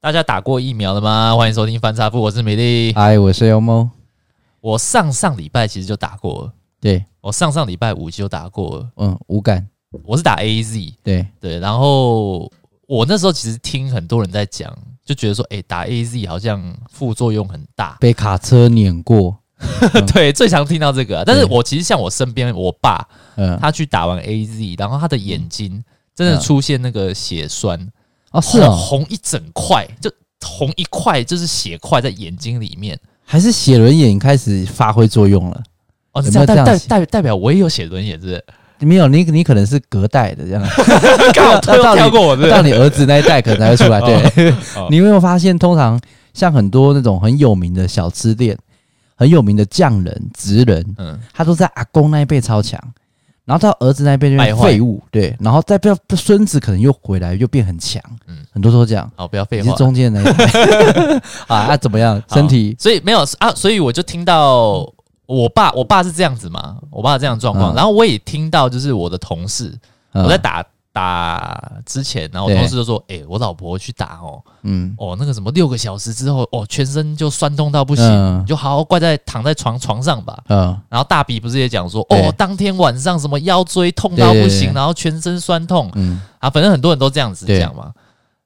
大家打过疫苗了吗？欢迎收听翻查部，我是美丽。嗨，哎我是 Omo。我上上礼拜其实就打过了，对，我上上礼拜五就打过了，嗯，无感。我是打 A Z，对，对，然后我那时候其实听很多人在讲，就觉得说，哎、打 A Z 好像副作用很大，被卡车碾过。 对，最常听到这个啊。但是对我其实像我身边我爸，嗯，他去打完 A Z，然后他的眼睛真的嗯出现那个血栓，哦，是红哦，红一整块，就红一块，就是血块在眼睛里面。还是写轮眼开始发挥作用了？哦，有这样没有代这样代写代代表我也有写轮眼，是不 是？没有，你你可能是隔代的 这样，刚好那到跳底跳过我，是不到是？你儿子那一代可能才会出来。对哦， 你有没有发现，通常像很多那种很有名的小吃店、很有名的匠人、职人，嗯，他都在阿公那一辈超强，然后到儿子那一辈就败变坏废物，对，然后再不孙子可能又回来又变很强，嗯嗯，很多都这样。好，不要废你是话。中间的那一台啊啊，怎么样？好身体所以没有啊，所以我就听到我爸，我爸是这样子嘛，我爸这样的状况。嗯然后我也听到，就是我的同事，嗯我在打打之前，然后我对同事就说：“哎、我老婆去打哦，嗯哦，那个什么六个小时之后，哦，全身就酸痛到不行，嗯你就好好怪在躺在床床上吧。”嗯然后大比不是也讲说，对哦，当天晚上什么腰椎痛到不对对行，对然后全身酸痛嗯啊，反正很多人都这样子对讲嘛。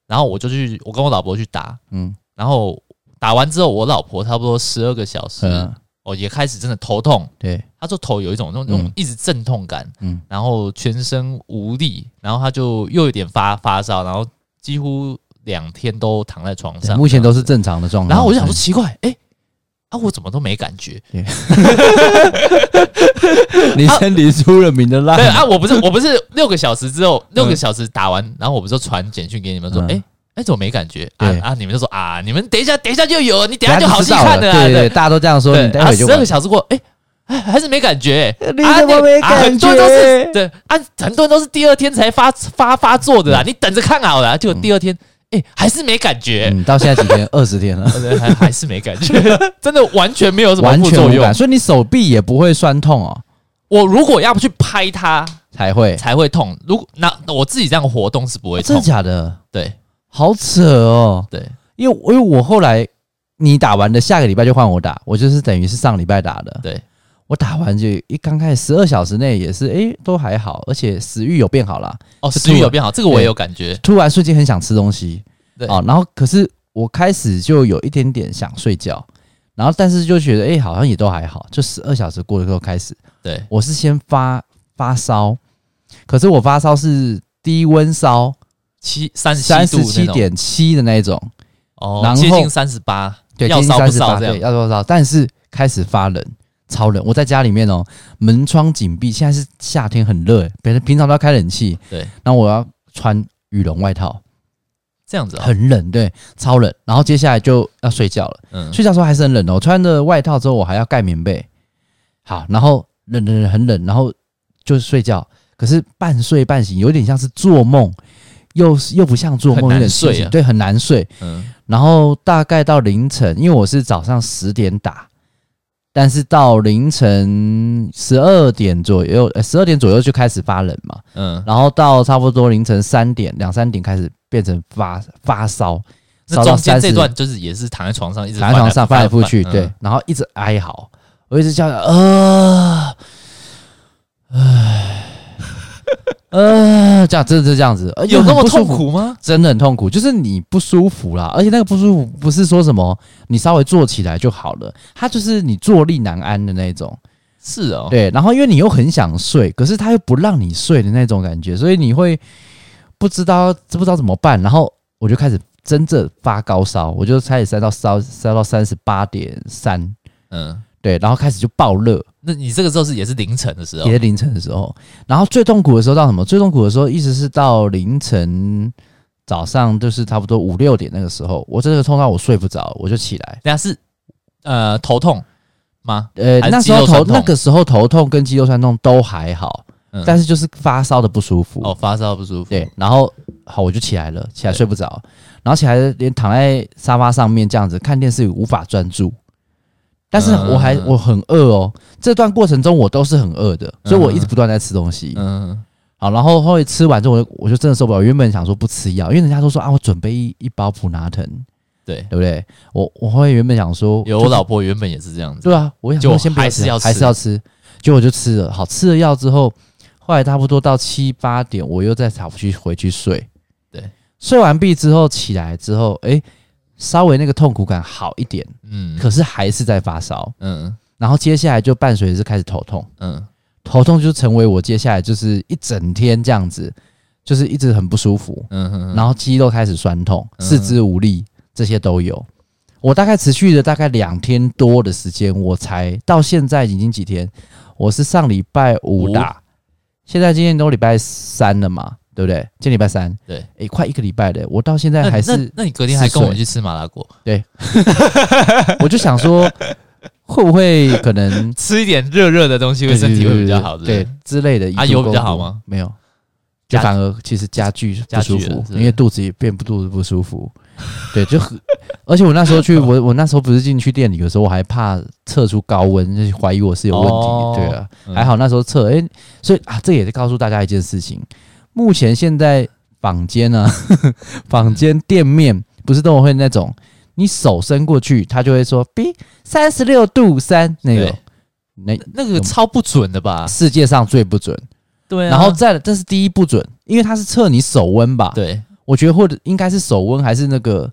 然后我就去，我跟我老婆去打，嗯然后打完之后，我老婆差不多十二个小时，嗯，哦，也开始真的头痛。对，她说头有一种那种那种嗯一直阵痛感，嗯然后全身无力，然后她就又有点发发烧，然后几乎两天都躺在床对上。目前都这是啊样子。正常的状啊态。然后我就想说，奇怪，哎、啊，我怎么都没感觉？嗯，你身体出了名的烂啊对，啊，我不是我不是六个小时之后，六个嗯小时打完，然后我不是就传简讯给你们说，嗯哎、哎、怎么没感觉啊对啊？你们就说啊，你们等一下，等一下就有，你等一下大家就好知戏道看了。啊对对，对大家都这样说，你待啊，会就十二完个。小时过，哎、哎还是没感觉、欸，你啊怎么没啊很多人感都是觉对啊，很多人都是第二天才发发发作的啦，你等着看好了啊，结果第二天，哎、还是没感觉。嗯，到现在 几天？二十天了，对还还是没感觉，真的完全没有什么完副全作无用感，。所以你手臂也不会酸痛哦，我如果要不去拍它才会。才会痛，如果那我自己这样活动是不会痛真的。假的？对好扯哦！对，因为因为我后来你打完的下个礼拜就换我打，我就是等于是上礼拜打的。对，我打完就一刚开始十二小时内也是诶、都还好，而且食欲有变好啦。哦，就食欲突有然变好，这个我也有感觉。突然瞬间很想吃东西，对哦，然后可是我开始就有一点点想睡觉，然后但是就觉得诶、好像也都还好，就十二小时过了之后开始，对，我是先发发烧，可是我发烧是低温烧，七三十三七十度那七种，点七的那一种，哦然，后接近三十八，对，要接近烧不38烧这对，样？要烧不烧，但是开始发冷，超冷。我在家里面哦，门窗紧闭，现在是夏天很热，别人平常都要开冷气，对，然后我要穿羽绒外套，这样子啊，很冷，对，超冷。然后接下来就要睡觉了，嗯，睡觉的时候还是很冷哦，穿着外套之后我还要盖棉被，好，然后冷冷冷很冷，然后就睡觉，可是半睡半醒，有点像是做梦。又是又不像做梦，很有难点清睡醒啊对，很难睡。嗯，然后大概到凌晨，因为我是早上十点打，但是到凌晨十二点左右，十、2二点呃左右就开始发冷嘛，嗯，然后到差不多凌晨三点、两三点开始变成发发烧，那烧中到间三这十，段就是也是躺在床上一直躺在床上翻来覆去，翻对，，然后一直哀嚎，我一直叫呃，唉，呃，这样真的是这样子，翻呃啊有那么？又很痛不舒服苦吗？真的很痛苦，就是你不舒服啦，而且那个不舒服不是说什么你稍微坐起来就好了，它就是你坐立难安的那种。是哦，对，然后因为你又很想睡，可是它又不让你睡的那种感觉，所以你会不知道知不知道怎么办。然后我就开始真正发高烧，我就开始烧到烧烧到三十八点三，嗯，对，然后开始就爆热，那你这个时候是也是凌晨的时候也，是凌晨的时候。然后最痛苦的时候到什么？最痛苦的时候一直是到凌晨早上，就是差不多五六点那个时候，我真的痛到我睡不着，我就起来。等下是呃头痛吗？呃，还是那时肌肉候酸头痛那个时候头痛跟肌肉酸痛都还好，嗯但是就是发烧的不舒服。哦，发烧不舒服，对，然后好我就起来了，起来对睡不着，然后起来连躺在沙发上面这样子看电视也无法专注。但是我还、嗯我很饿哦，这段过程中我都是很饿的，所以我一直不断在吃东西。嗯，好，然后后来吃完之后，我就我就真的受不了。我原本想说不吃药，因为人家都说啊，我准备一一包普拿疼，对，对不对？我我后来原本想说，有我老婆原本也是这样子，对啊，我想说就先不还吃是要还吃是要吃，结果我就吃了。好吃了药之后，后来差不多到七八点，我又再跑去回去睡。对，睡完毕之后起来之后，诶，稍微那个痛苦感好一点，嗯可是还是在发烧。嗯然后接下来就伴随着是开始头痛，嗯，头痛就成为我接下来就是一整天这样子，就是一直很不舒服。嗯哼哼，然后肌肉开始酸痛，嗯四肢无力，这些都有。我大概持续了大概两天多的时间，我才到现在已经几天？我是上礼拜五五打，现在今天都礼拜三了嘛，对不对？今天礼拜三，对，诶、快一个礼拜了，我到现那在还那是，那你隔天还跟四我岁们去吃麻辣锅，我就 想说，会不会可能吃一点热热的东西，会身体会比较好，对对之类的。啊以毒有攻比较好毒吗？没有，加就反而其实加剧加不剧舒了服，是因为肚子也变肚子不舒服。对，就很，而且我那时 候去，我我那时候不是进去店里，有时候我还怕测出高温，就是怀疑我是有问题。哦对啊，嗯还好那时候测，诶，所以啊，这也是告诉大家一件事情，目前现在坊间呢、啊， 坊间店面不是都会那种。你手伸过去，他就会说 “B 三十六度三”那个对，那那个超不准的吧？啊世界上最不准。对啊然后再来，这是第一不准，因为它是测你手温吧？，对我觉得或者应该是手温还是那个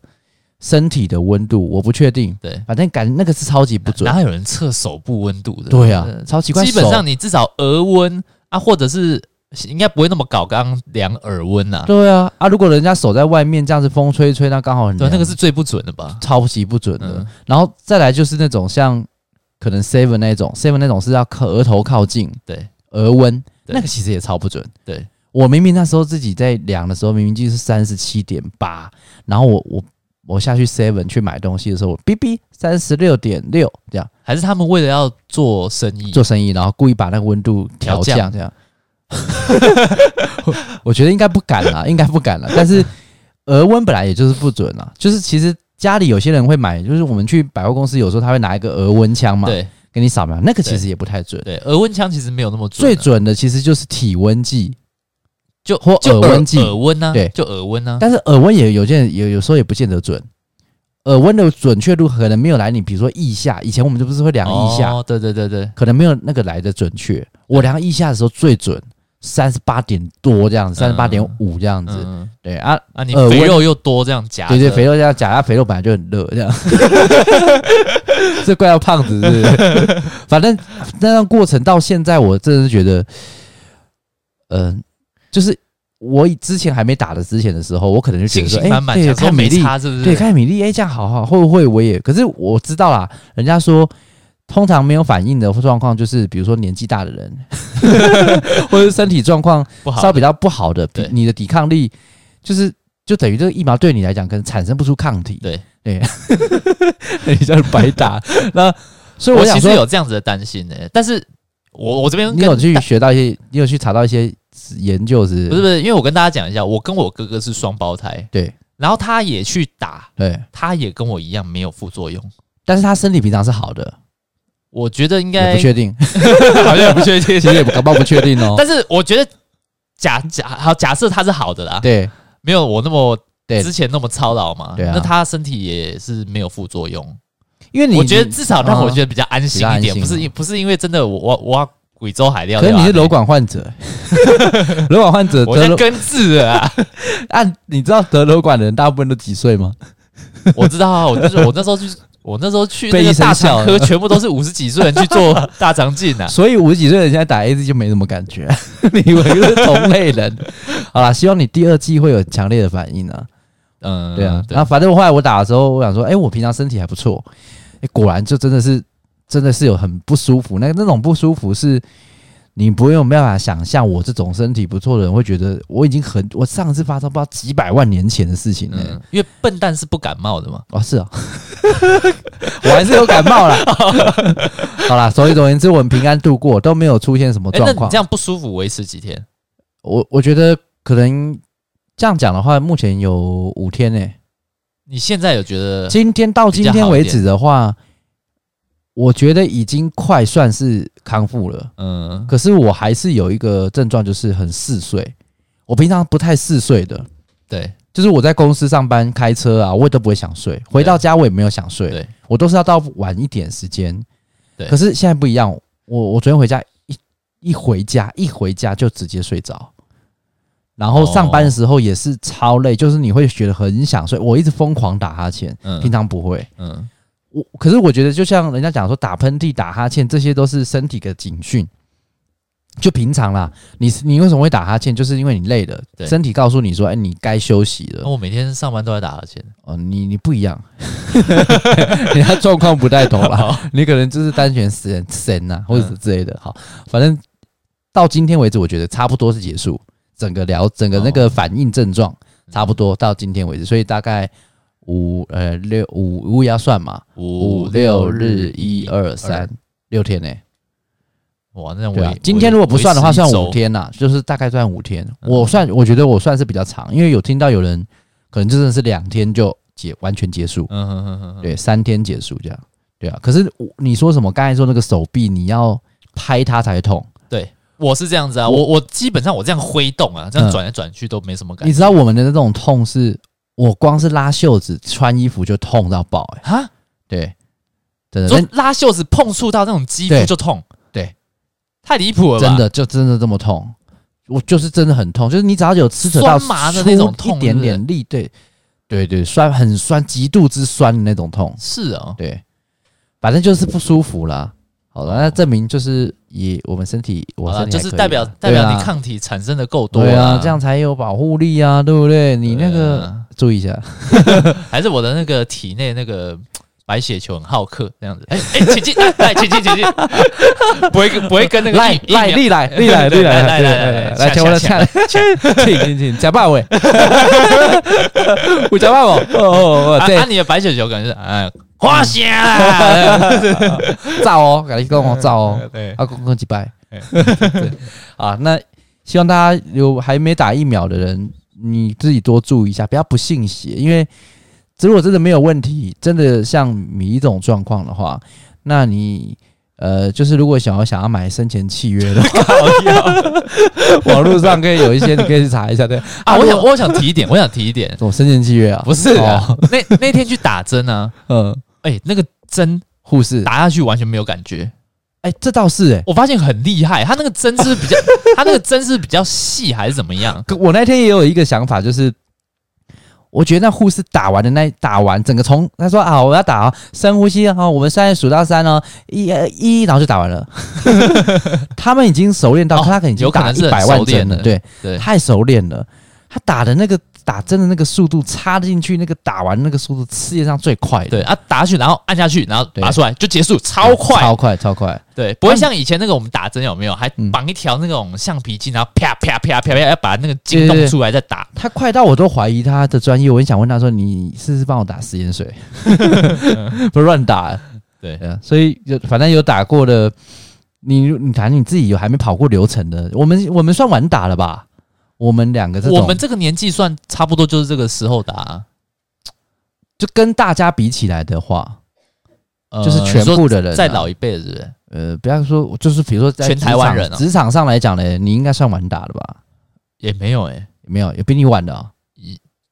身体的温度，我不确定。对，反正感那个是超级不准哪。有人测手部温度的？对啊呃，超奇怪。基本手上你至少额温啊，或者是应该不会那么搞，刚刚量耳温呐、啊。对啊啊，如果人家手在外面这样子风吹吹，那刚好很对，凉那个是最不准的吧？超级不准的。嗯然后再来就是那种像可能 seven 那种 seven 那种是要靠额头靠近，对，额温对那个其实也超不准。对，我明明那时候自己在量的时候，明明就是三十七点八，然后我我我下去 seven 去买东西的时候，我哔哔三十六点六这样还是他们为了要做生意？做生意，然后故意把那个温度调嗯调降这样。 我我觉得应该不敢啦，应该不敢啦。但是额温本来也就是不准啦，就是其实家里有些人会买，就是我们去百货公司有时候他会拿一个额温枪嘛，对给你扫描，那对个其实也不太准。对，耳温枪其实没有那么准啊、最准的其实就是体温计，就或就耳温计耳温呐、啊，对就耳温呐、啊。但是耳温也有件有有时候也不见得准，耳温的准确度可能没有来你比如说腋下，以前我们就不是会量腋下，哦，对对对对，可能没有那个来的准确。我量腋下的时候最准，三十八点多这样，三十八点五这样子。嗯，对啊，啊，你耳肥温肉又多，这样夹着，对对，肥肉这样假，肥肉本来就很热这样。 这怪到胖子是不是？反正那段过程到现在，我真的是觉得，嗯、就是我以之前还没打的之前的时候，我可能就觉信得说，心哎、满满，对，想说看没美丽，差是不是？对，看米粒，哎、这样好好，会不会我也？可是我知道啦，人家说通常没有反应的状况，就是比如说年纪大的人， 或者是身体状况不好稍微比较不好的，对你的抵抗力就是就等于这个疫苗对你来讲，可能产生不出抗体，对对， 你这样白打。 那所以我想其实说，有这样子的担心呢、但是我我这边你跟有去学到一些，你有去查到一些研究是不是不是，因为我跟大家讲一下，我跟我哥哥是双胞胎，对然后他也去打，对，他也跟我一样没有副作用。但是他身体平常是好的，我觉得应也该不确定， 好像也不确定，其实也不搞不好不确定哦。 但是我觉得假假好假设他是好的啦，对没有我那么对之前那么操劳嘛，对啊那他身体也是没有副作用。因为你我觉得至少让我嗯觉得比较安心一比较点，安心啊不是因不是因为真的我我我要鬼州海料，可是你对是吧楼，管患者， 楼管患者我在得楼根治了 啊，按你知道得楼管的人大部分都几岁吗？我知道啊，我就是我那时候去。我那时候去那被个医生大肠笑了科，全部都是五十几岁人去做大肠镜 啊，所以五十几岁的人现在打 A Z 就没什么感觉， 你以为是同类 人？好啦，希望你第二季会有强烈的反应啊。嗯，对啊，对然后反正后来我打的时候，我想说，哎、我平常身体还不错，哎、果然就真的是真的是有很不舒服，那那种不舒服是。你不用没办法想象，我这种身体不错的人会觉得我已经很我上次发烧不知道几百万年前的事情了、嗯，因为笨蛋是不感冒的嘛。哦， 是啊，我还是有感冒啦。 好啦，所以总而言之，我们平安度过，都没有出现什么哎、状那你况。这样不舒服维持几天？我我觉得可能这样讲的话，目前有五天呢、欸你现在有觉得今天到今天为止的话，我觉得已经快算是康复了，嗯，可是我还是有一个症状，就是很嗜睡。我平常不太嗜睡的，对就是我在公司上班开车啊，我也都不会想睡，回到家我也没有想睡，对，我都是要到晚一点时间。对可是现在不一样，我我昨天回家一一回家一回家就直接睡着，然后哦上班的时候也是超累，就是你会觉得很想睡，我一直疯狂打哈欠，平嗯常不会。嗯，我可是我觉得，就像人家讲说，打喷嚏、打哈欠，这些都是身体的警讯。就平常啦，你你为什么会打哈欠？就是因为你累了，对身体告诉你说，哎、你该休息那了。我每天上班都在打哈欠，哦，你你不一样， 你他状况不太同啦，你可能就是单纯神神嗯呐、或者之类的。好，反正到今天为止，我觉得差不多是结束整个疗，整个那哦个反应症状、嗯差不多到今天为止，所以大概五呃六五五也要算嘛，五六日一二三，六天呢、哇，那我对啊也，今天如果不算的话，算，我五也我也是一周嗯天呐、就是大概算五天。我算，我觉得我算是比较长，因为有听到有人可能真的是两天就结完全结束，嗯哼哼哼哼，对，三天结束这样，对啊。可是我你说什么？刚才说那个手臂，你要拍它才痛。对，我是这样子啊，我我基本上我这样挥动啊，这样转来转去都没什么感你觉知道我们的那种痛是，我光是拉袖子、穿衣服就痛到爆、欸，哈，对，真的，就拉袖子碰触到那种肌肤对就痛，对，太离谱了吧，真的就真的这么痛，我就是真的很痛，就是你只要有撕扯到酸麻的那种出痛一点点力，对，对对，酸很酸，极度之酸的那种痛，是哦，对，反正就是不舒服啦。好了，那证明就是以我们身体，我好了，身体就还是可以代表啦代对表啊你抗体产生的够多对啊啦，这样才有保护力啊，对不对？你那对个啊注意一下，还是我的那个体内那个白血球很好客这样子，哎哎，请进，来来，请进，请进， 不会跟不会跟那个赖疫赖疫苗历来历来对对历来来对来来来，来请我来抢抢，请请请，假扮伟，我假扮我，哦哦哦，啊对嗯啊，，你的白血球感觉是哎花香啊，造哦，赶紧跟我造哦，对，啊，公公几拜，哎 对啊，那希望大家有还没打疫苗的人，你自己多注意一下，不要不信邪，因为如果真的没有问题，真的像米这种状况的话，那你。呃，就是如果想要想要买生前契约的话， 网络上可以有一些，你可以去查一下。对啊，我如果想我想提一点，我想提一点，什么生前契约啊？不是啊哦，那那天去打针啊，嗯，哎，那个针护士，打下去完全没有感觉，哎、这倒是哎、我发现很厉害，它那个针是比较，它那个针是比较细还是怎么样？可我那天也有一个想法，就是我觉得那护士打完的那打完整个从他说啊，我要打、哦、深呼吸哦，我们现在数到三哦，一呃一，然后就打完了。 他们已经熟练到、哦他可能已经有可打能一是很百万熟练针了，的对，对，太熟练了。他打的那个打针的那个速度，插进去那个打完那个速度，世界上最快的，对对，啊，打下去，然后按下去，然后对拔出来就结束，超快，超快，超快。对，不会像以前那个我们打针有没有，还嗯绑一条那种橡皮筋，然后啪啪啪啪啪，要把那个筋对对弄对出来再打。他快到我都怀疑他的专业，我很想问他说：“你是不是帮我打食盐水？” 不是乱打，对啊，所以有反正有打过的，你你谈你自己有还没跑过流程的，我们我们算晚打了吧？我们两个这种，我们这个年纪算差不多就是这个时候打啊，就跟大家比起来的话，呃就是全部的人啊、再老一辈的，是不是？呃，不要说就是比如说在全台湾人啊职场职场上来讲呢，你应该算晚打了吧？也没有哎、有没有有比你晚的啊、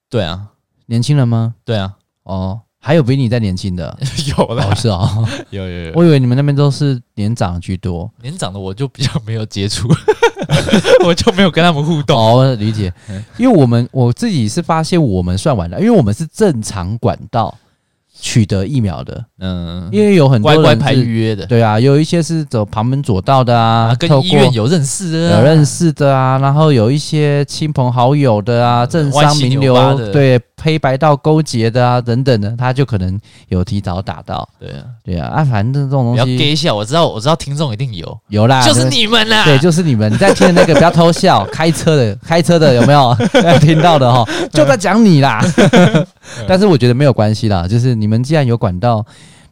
对啊，年轻人吗？对啊，？哦，还有比你再年轻的 有啦哦，，是哦。有有有。我以为你们那边都是年长 居多。年长的我就比较没有接触， 我就没有跟他们互 动。哦，理解嗯。因为我们我自己是发现我们算晚了，因为我们是正常管道取得疫苗的，嗯，因为有很多乖人乖是排预约的对啊，有一些是走旁门左道的啊，啊，跟透医过院有认识的啊、有认识的啊，然后有一些亲朋好友的啊，政歪商七名扭流八的对黑白道勾结的啊等等的，他就可能有提早打到，对啊，对啊，啊，反正这种不东要西 gay 笑，我知道，我知道听众一定有，有啦，就是你们 啊啦，啊对，就是你们你在听的那个，不要偷笑。开车的，开车的有没有 有听到的哈？ 就在讲你啦。 但是我觉得没有关系啦，就是你们既然有管道，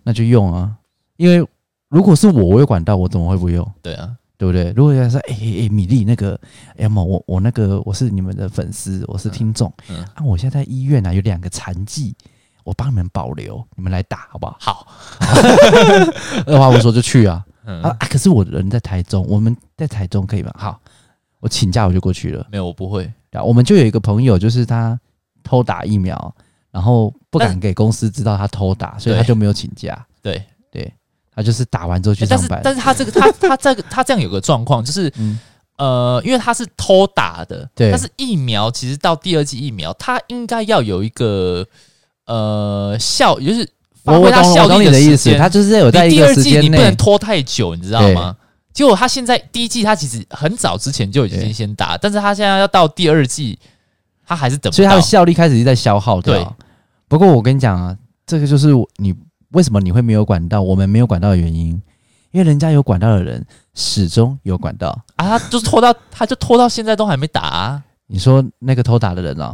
那就用啊。因为如果是我，我有管道，我怎么会不用？对啊，对不对？如果有人说，哎、哎、哎米粒那个，哎、呀，某我我那个我是你们的粉丝，我是听众、嗯嗯啊，我现在在医院啊，有两个残疾，我帮你们保留，你们来打好不好？好，二话不说就去啊。嗯，啊啊！可是我人在台中，我们在台中可以吗？好，我请假我就过去了。没有，我不会。然后我们就有一个朋友，就是他偷打疫苗，然后不敢但给公司知道他偷打，所以对他就没有请假。对，他就是打完之后欸去上但是班。但是他这个他他这个他这样有个状况就是。嗯，呃，因为他是偷打的，对但是疫苗其实到第二剂疫苗，它应该要有一个呃效，就是发我我挥它懂了效我懂力你的意时思，间。啊他就是有在你一第个二时季你间不内能拖太久，你知道吗？结果他现在第一季他其实很早之前就已经对先打，但是他现在要到第二季，他还是等不所以它到的。效力开始在消耗掉。对不过我跟你讲啊，这个就是我你为什么你会没有管到，我们没有管到的原因，因为人家有管到的人始终有管到。啊，他就是拖到，他就拖到现在都还没打、 啊。你说那个偷打的人 哦，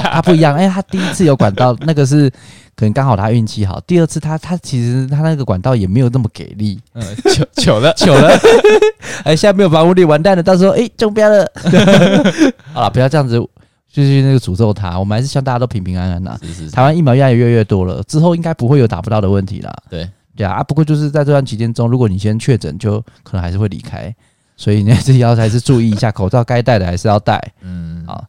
他不一样，哎、他第一次有管道，那个是可能刚好他运气好，第二次他他其实他那个管道也没有那么给力，嗯，糗糗 了， 久了，哎、现在没有防护力，完蛋了，到时候哎、 中标了，好了，不要这样子，就是那个诅咒他，我们还是希望大家都平平安安啦、是是是，台湾疫苗越来越越多了，之后应该不会有打不到的问题啦。对对啊，啊不过就是在这段期间中，如果你先确诊，就可能还是会离开，所以呢，自己要还是注意一下，口罩该戴的还是要戴。嗯，好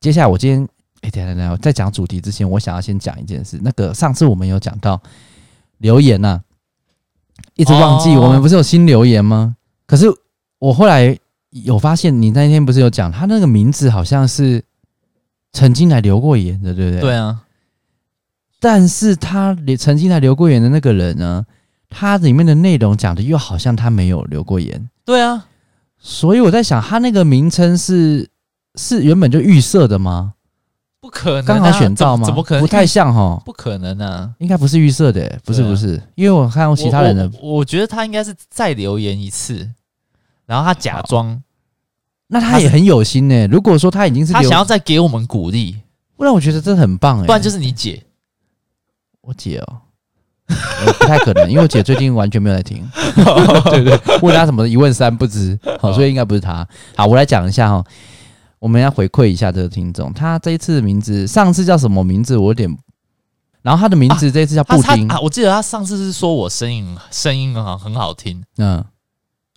接下来我今天，哎、等一下等一下，我在讲主题之前，我想要先讲一件事。那个上次我们有讲到留言呐、一直忘记、哦我们不是有新留言吗？可是我后来有发现，你那天不是有讲他那个名字好像是曾经来留过言的，对不对？对。啊，但是他留曾经来留过言的那个人呢，他里面的内容讲的又好像他没有留过言，对啊，所以我在想，他那个名称是是原本就预设的吗？不可能、啊，刚好选到怎么吗？怎么可能？不太像哈，不可能啊！应该不是预设的欸，不是对啊不是，因为我看到其他人的，我我我觉得他应该是再留言一次，然后他假哦装那他他是也很有心呢。如果说他已经是他留想，要再给我们鼓励，不然我觉得这很棒哎。不然就是你姐。 我姐哦。呃不太 可能，因为我姐最近完全没有在听。 对对，问她什么一问三不知，哦好，所以应该不是她。好，我来讲一下哈，我们要回馈一下这个听众，他这一次的名字，上次叫什么名字我有点，然后他的名字这一次叫他布他丁，啊，我记得他上次是说我声音声音很好很好听，嗯，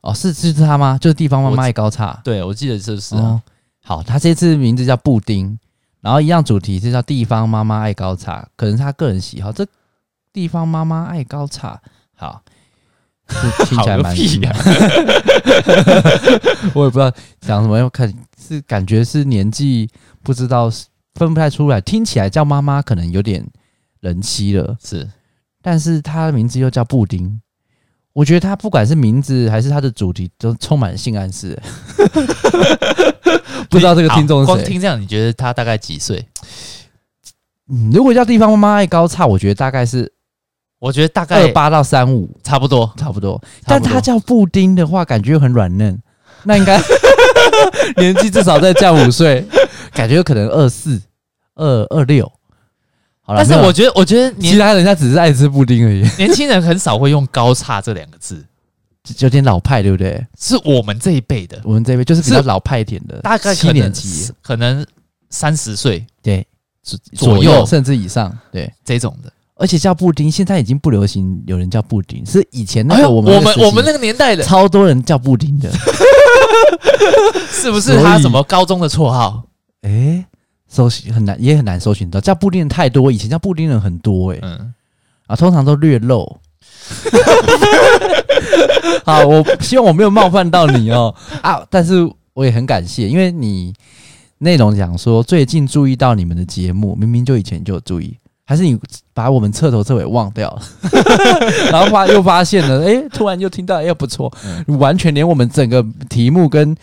哦，是是他吗？就是地方妈我妈爱高差，对我记得就是啊，哦，好，他这次名字叫布丁，然后一样主题是叫地方妈妈爱高茶，可能是他个人喜好。这地方妈妈爱高茶，好， 这听起好来个蛮屁啊呀 我也不知道讲什么，要看是感觉是年纪不知道分不太出来，听起来叫妈妈可能有点人妻了。是但是他的名字又叫布丁。我觉得他不管是名字还是他的主题，都充满性 暗示。不知道这个好听众光是谁？听这样，你觉得他大概几岁？嗯，如果叫地方妈妈爱高差，我觉得大概是我觉得大二概八到三五，差不多，差不多。差但不多他叫布丁的话，感觉又很软嫩，那 应该年纪至少在降五岁，感觉有可能二四、二二六。好了，但是没有我觉得我觉得其年他人家只是爱吃布丁而已，年轻人很少会用高差这两个字，有点老派，对不对？是我们这一辈的，我们这边就是比较是老派一点的，大概七可年能级可能三十岁对左左右甚至以上，对。这种的。而且叫布丁，现在已经不流行有人叫布丁，是以前那哎个呦我我们、们我们那个年代个时的，期超多人叫布丁 的。是不所是以他什么高中的绰号？哎、搜寻很难，也很难搜寻到叫布丁的太多，以前叫布丁的人很多哎、嗯，啊，通常都略露。 好，我希望我没有冒犯到你哦啊！但是我也很感谢，因为你内容讲说最近注意到你们的节目，明明就以前就有注意，还是你把我们彻头彻尾忘掉了， 然后发又发现了，诶，突然又听到，哎、不错，嗯完全连我们整个题目跟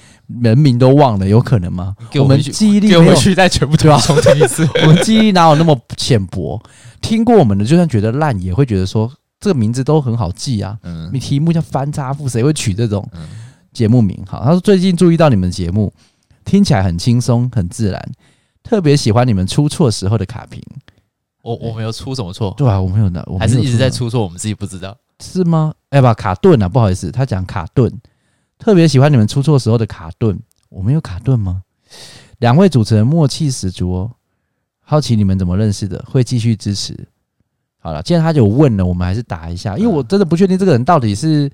人名都忘了，有可能吗？给我们回去记忆力给我没有回去再全部重重听一次。 我们记忆哪有那么浅薄？听过我们的，就算觉得烂，也会觉得说这个名字都很好记啊。 嗯你题目叫翻叉腹，谁会取这种嗯节目名？好，他说最近注意到你们的节目，听起来很轻松、很自然，特别喜欢你们出错时候的卡评。我我没有出什么错，对啊，我没有拿，我没有还是一直在呢出错，我们自己不知道。是吗？哎、不，卡顿啊，不好意思，他讲卡顿，特别喜欢你们出错时候的卡顿。我们有卡顿吗？两位主持人默契十足哦。好奇你们怎么认识的，会继续支持。好了，既然他就问了，我们还是打一下，因为嗯我真的不确定这个人到底是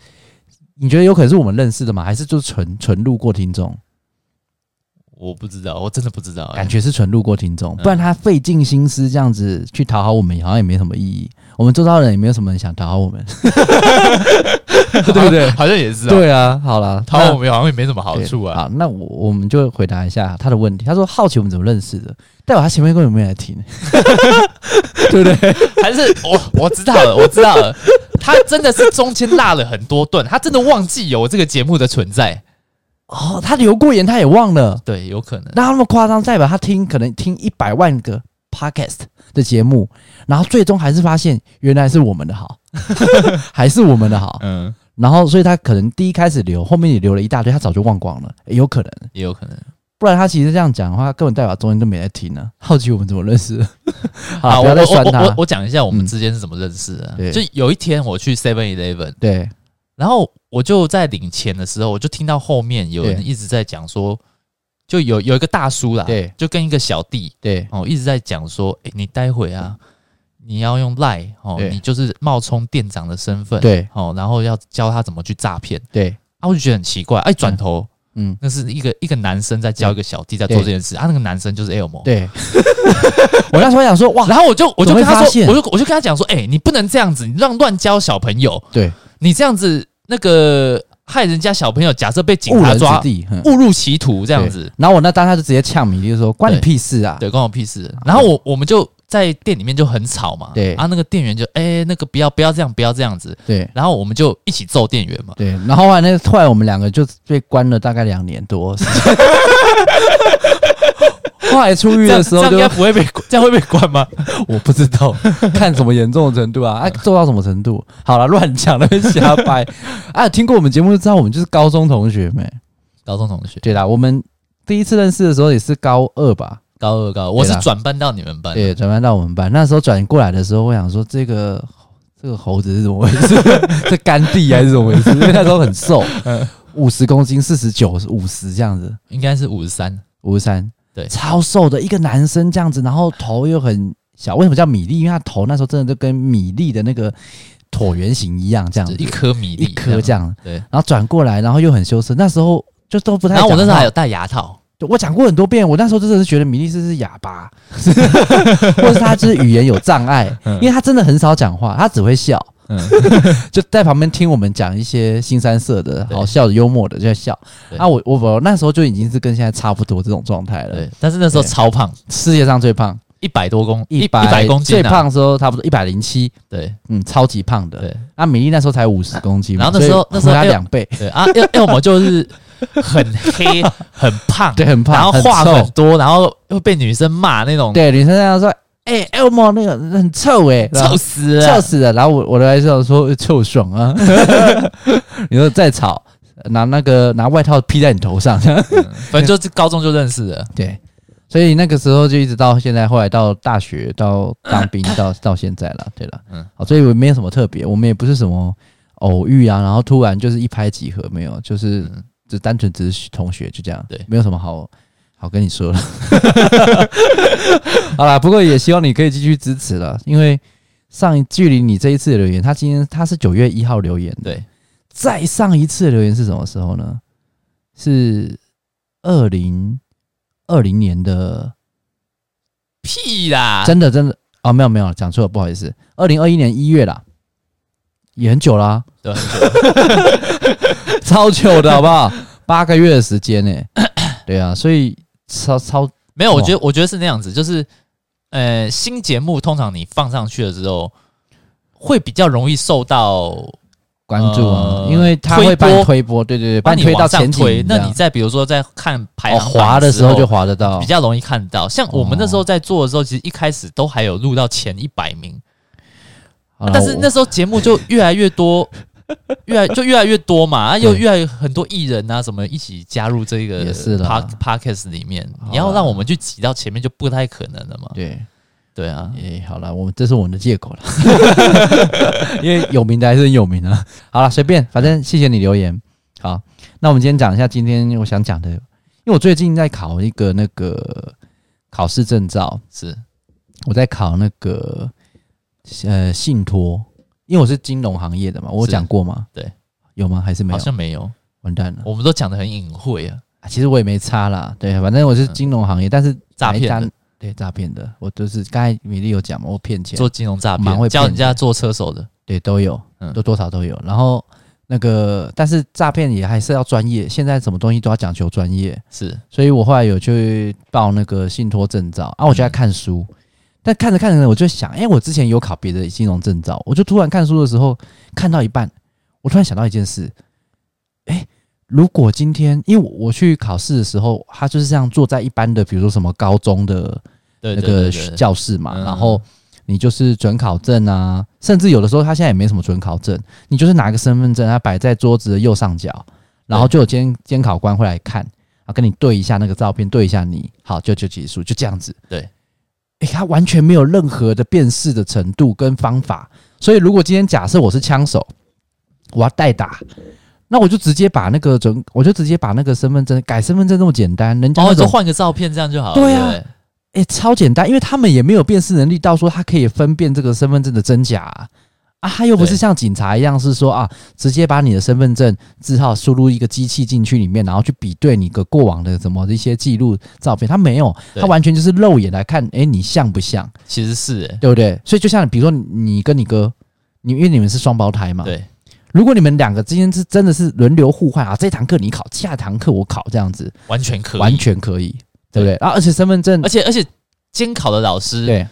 你觉得有可能是我们认识的吗？还是就是纯纯路过听众？我不知道，我真的不知道、哎嗯感觉是纯路过听众，不然他费尽心思这样子去讨好我们，好像也没什么意义。我们周遭的人也没有什么人想讨好我们， 对不对？好像也是啊。，对啊，好了，讨好我们好像也没什么好对处啊。好，那我我们就回答一下他的问题。他说好奇我们怎么认识的，代表他前面根本没来听， 对不对？还是哦我我知道了，我知道了，他真的是中间落了很多段，他真的忘记有这个节目的存在。哦，他留过言，他也忘了。对，有可能。那他那么夸张，代表他听可能听一百万个 podcast 的节目，然后最终还是发现原来是我们的好， 还是我们的好。嗯，然后，所以他可能第一开始留，后面也留了一大堆，他早就忘光了，也有可能。也有可能。不然他其实这样讲的话，他根本代表中间都没在听呢、好奇我们怎么认识的？ 好，啊好，我不要再我酸我我他。我讲一下我们嗯之间是怎么认识的。对就有一天我去 Seven Eleven，对，然后我就在领钱的时候，我就听到后面有人对一直在讲说，就有有一个大叔啦，对，就跟一个小弟对，哦一直在讲说，诶，你待会啊，你要用赖哦，对你就是冒充店长的身份，，对，哦，然后要教他怎么去诈骗。对，啊，我就觉得很奇怪，哎、转头。嗯，那是一个一个男生在教一个小弟在做这件事，啊，那个男生就是 Elmo，对。 我那时候想说，哇，然后我就我就跟他怎么会发说，现我就我就跟他讲说，哎、你不能这样子，你让乱教小朋友，对，你这样子那个害人家小朋友，假设被警误察人抓子，弟，嗯误入歧途这样子对，然后我那当下就直接呛米粒说：“关你屁事啊！”对，关我屁事。然后我我们就在店里面就很吵嘛，对啊，那个店员就哎、那个不要不要这样，不要这样子，对然后我们就一起揍店员嘛。对，然后后来那个后来我们两个就被关了大概两年多。 后来出狱这样的时这候样应就该不会被这样会被关吗？我不知道看什么严重的程度啊，啊做到什么程度？好了，乱讲那边瞎掰啊！听过我们节目就知道我们就是高中同学没？高中同学，对啦，我们第一次认识的时候也是高二吧？高二高二，我对是啦转班到你们班的，对，转班到我们班。那时候转过来的时候，我想说这个这个猴子是怎么回事？ 这干地还是怎么回事？因为那时候很 瘦，嗯五十公斤，四十九、五十这样子，应该是五十三，五十三，对超瘦的一个男生这样子，然后头又很小。为什么叫米粒？因为他头那时候真的就跟米粒的那个椭圆形一样，这样就子一颗米粒一颗这样。样。对，然后转过来，然后又很羞涩。那时候就都不太然后讲话。我那时候还有戴牙套，对我讲过很多遍，我那时候真的是觉得米莉斯是哑巴，或是他就是语言有障碍， 因为他真的很少讲话，他只会笑，嗯 就在旁边听我们讲一些新三色的、对好笑的、幽默的就在笑。对啊，我我我那时候就已经是跟现在差不多这种状态了对，，但是那时候对超胖，世界上最胖，一百多公一一百百公斤、啊，最胖的时候差不多一百零七，对嗯，超级胖的。对啊，米莉那时候才五十公斤嘛，然后那时候所以那时候回她哎呦两倍，对啊，要要么就是很黑 很胖，对，很胖，然后很话臭很多，然后又被女生骂那种，对，女生这样说，哎、e l m o 那个很臭哎、然后臭死啊了，笑死了。然后我我的还想说呃臭爽啊， 你说再吵，拿那个拿外套披在你头上。反正就是高中就认识了，对，所以那个时候就一直到现在，后来到大学，到 当兵，到到现在了。对了，嗯嗯，好，所以我没有什么特别，我们也不是什么偶遇啊，然后突然就是一拍即合，没有，就是、嗯只单纯只是同学，就这样，对没有什么好。好跟你 说了， 好啦，不过也希望你可以继续支持了，因为上一距离你这一次的留言，他今天他是九月一号留言的，对，再上一次的留言是什么时候呢？是二零二零年的，屁啦，真的真的哦，没有没有讲错了，不好意思，二零二一年一月啦，也很久啦、对， 超久的好不好？八个月的时间 呢、对啊，所以超超没有，我觉得我觉得是那样子，就是呃，新节目通常你放上去了之后，会比较容易受到关注啊，呃因为他推会播帮你推播，对对对，帮你推到往上前几推名，这那样你在比如说在看排哦行榜滑的时候就时滑得哦到比，较容易看到，像我们那时候在做的时候，其实一开始都还有录到前一百名，好啦但是啊我那时候节目就越来越多， 越来就越来越多嘛，啊，又对越来越很多艺人啊什么一起加入这个也是啦 park podcast 里面，好啦你要让我们去挤到前面就不太可能了嘛。对。对啊，诶、好了，我们这是我们的借口了， 因为有名的还是很有名啊。好了，随便，反正谢谢你留言。好，那我们今天讲一下今天我想讲的，因为我最近在考一个那个考试证照，是我在考那个呃信托，因为我是金融行业的嘛，我有是讲过吗？对，有吗？还是没好有？像没有，完蛋了、我们都讲的很隐晦啊，啊其实我也没差啦，对，反正我是金融行业，但是嗯诈骗哪一的家对诈骗的，我都是刚才米粒有讲嘛，我骗钱，做金融诈啊蛮会骗，骗教人家的做车手的，对都有，嗯都多少都有。然后那个，但是诈骗也还是要专业，现在什么东西都要讲求专业，是所以我后来有去报那个信托证照啊，我就在嗯看书，但看着看着呢，我就想，哎、我之前有考别的金融证照，我就突然看书的时候看到一半，我突然想到一件事，哎、如果今天因为我我去考试的时候，他就是这样坐在一般的，比如说什么高中的对那对个对对对，教室嘛，嗯然后。你就是准考证啊，甚至有的时候他现在也没什么准考证，你就是拿个身份证，它摆在桌子的右上角，然后就有监监考官会来看，然后跟你对一下那个照片，对一下你，好就就结束，就这样子。对，诶、他完全没有任何的辨识的程度跟方法，所以如果今天假设我是枪手，我要代打。那我就直接把那个准，我就直接把那个身份证改身份证这么简单，人家哦，那你种就换个照片这样就好了，对啊不哎、超简单，因为他们也没有辨识能力到说他可以分辨这个身份证的真假啊，啊他又不是对像警察一样是说啊，直接把你的身份证字号输入一个机器进去里面，然后去比对你个过往的什么一些记录照片，他没有，对他完全就是肉眼来看，哎、你像不像，其实是哎，对不对？所以就像比如说你跟你哥，你因为你们是双胞胎嘛，对，如果你们两个之间是真的是轮流互换啊，这堂课你考，下堂课我考，这样子完全可以，完，全可以，对不对？啊，而且身份证而，且而且监考的老师对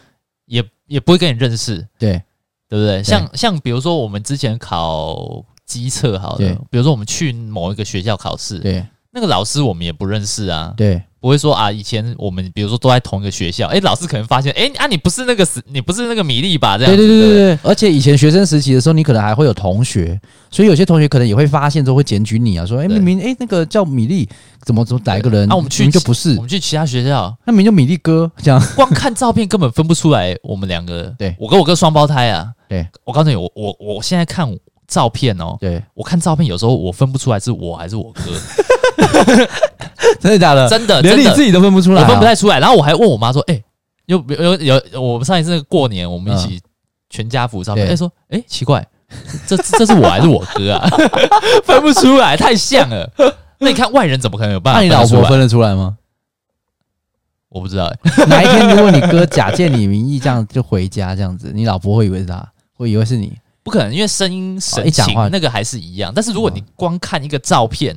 也也不会跟你认识，对对不对？像像比如说我们之前考机测好对了，比如说我们去某一个学校考试，对那个老师我们也不认识啊，对。不会说啊，以前我们比如说都在同一个学校，哎，老师可能发现，哎啊，你不是那个死，你不是那个米粒吧？这样对子，对对不对对，而且以前学生时期的时候，你可能还会有同学，所以有些同学可能也会发现之后会检举你啊，说哎、诶对明明哎、诶那个叫米粒，怎么怎么哪一个人？啊我们去嗯明明就不是我，们去其他学校，那明明就米粒哥 这样。光看照片根本分不出来我们两个。对我跟我哥双胞胎啊。对，我告诉你，我我我现在看照片哦，对，我看照片有时候我分不出来是我还是我 哥，真的假的？真的连真你的自己都分不出来、啊我分不。太出来。然后我还问我妈说，哎、有有有有，我们上一次那个过年我们一起全家福照片，哎、嗯对说，哎、奇怪，这这这是我还是我哥啊？ 分不出来，太像 了。那你看外人怎么可能有办法那啊分得出来？你老婆分得出来吗？ 我不知道、哎哪一天如果 你哥假借你名义这样就回家这样子，你老婆会以为是他，会以为是你。不可能，因为声音、哦神一讲情、啊话嗯那个还是一样。但是如果你光看一个照片，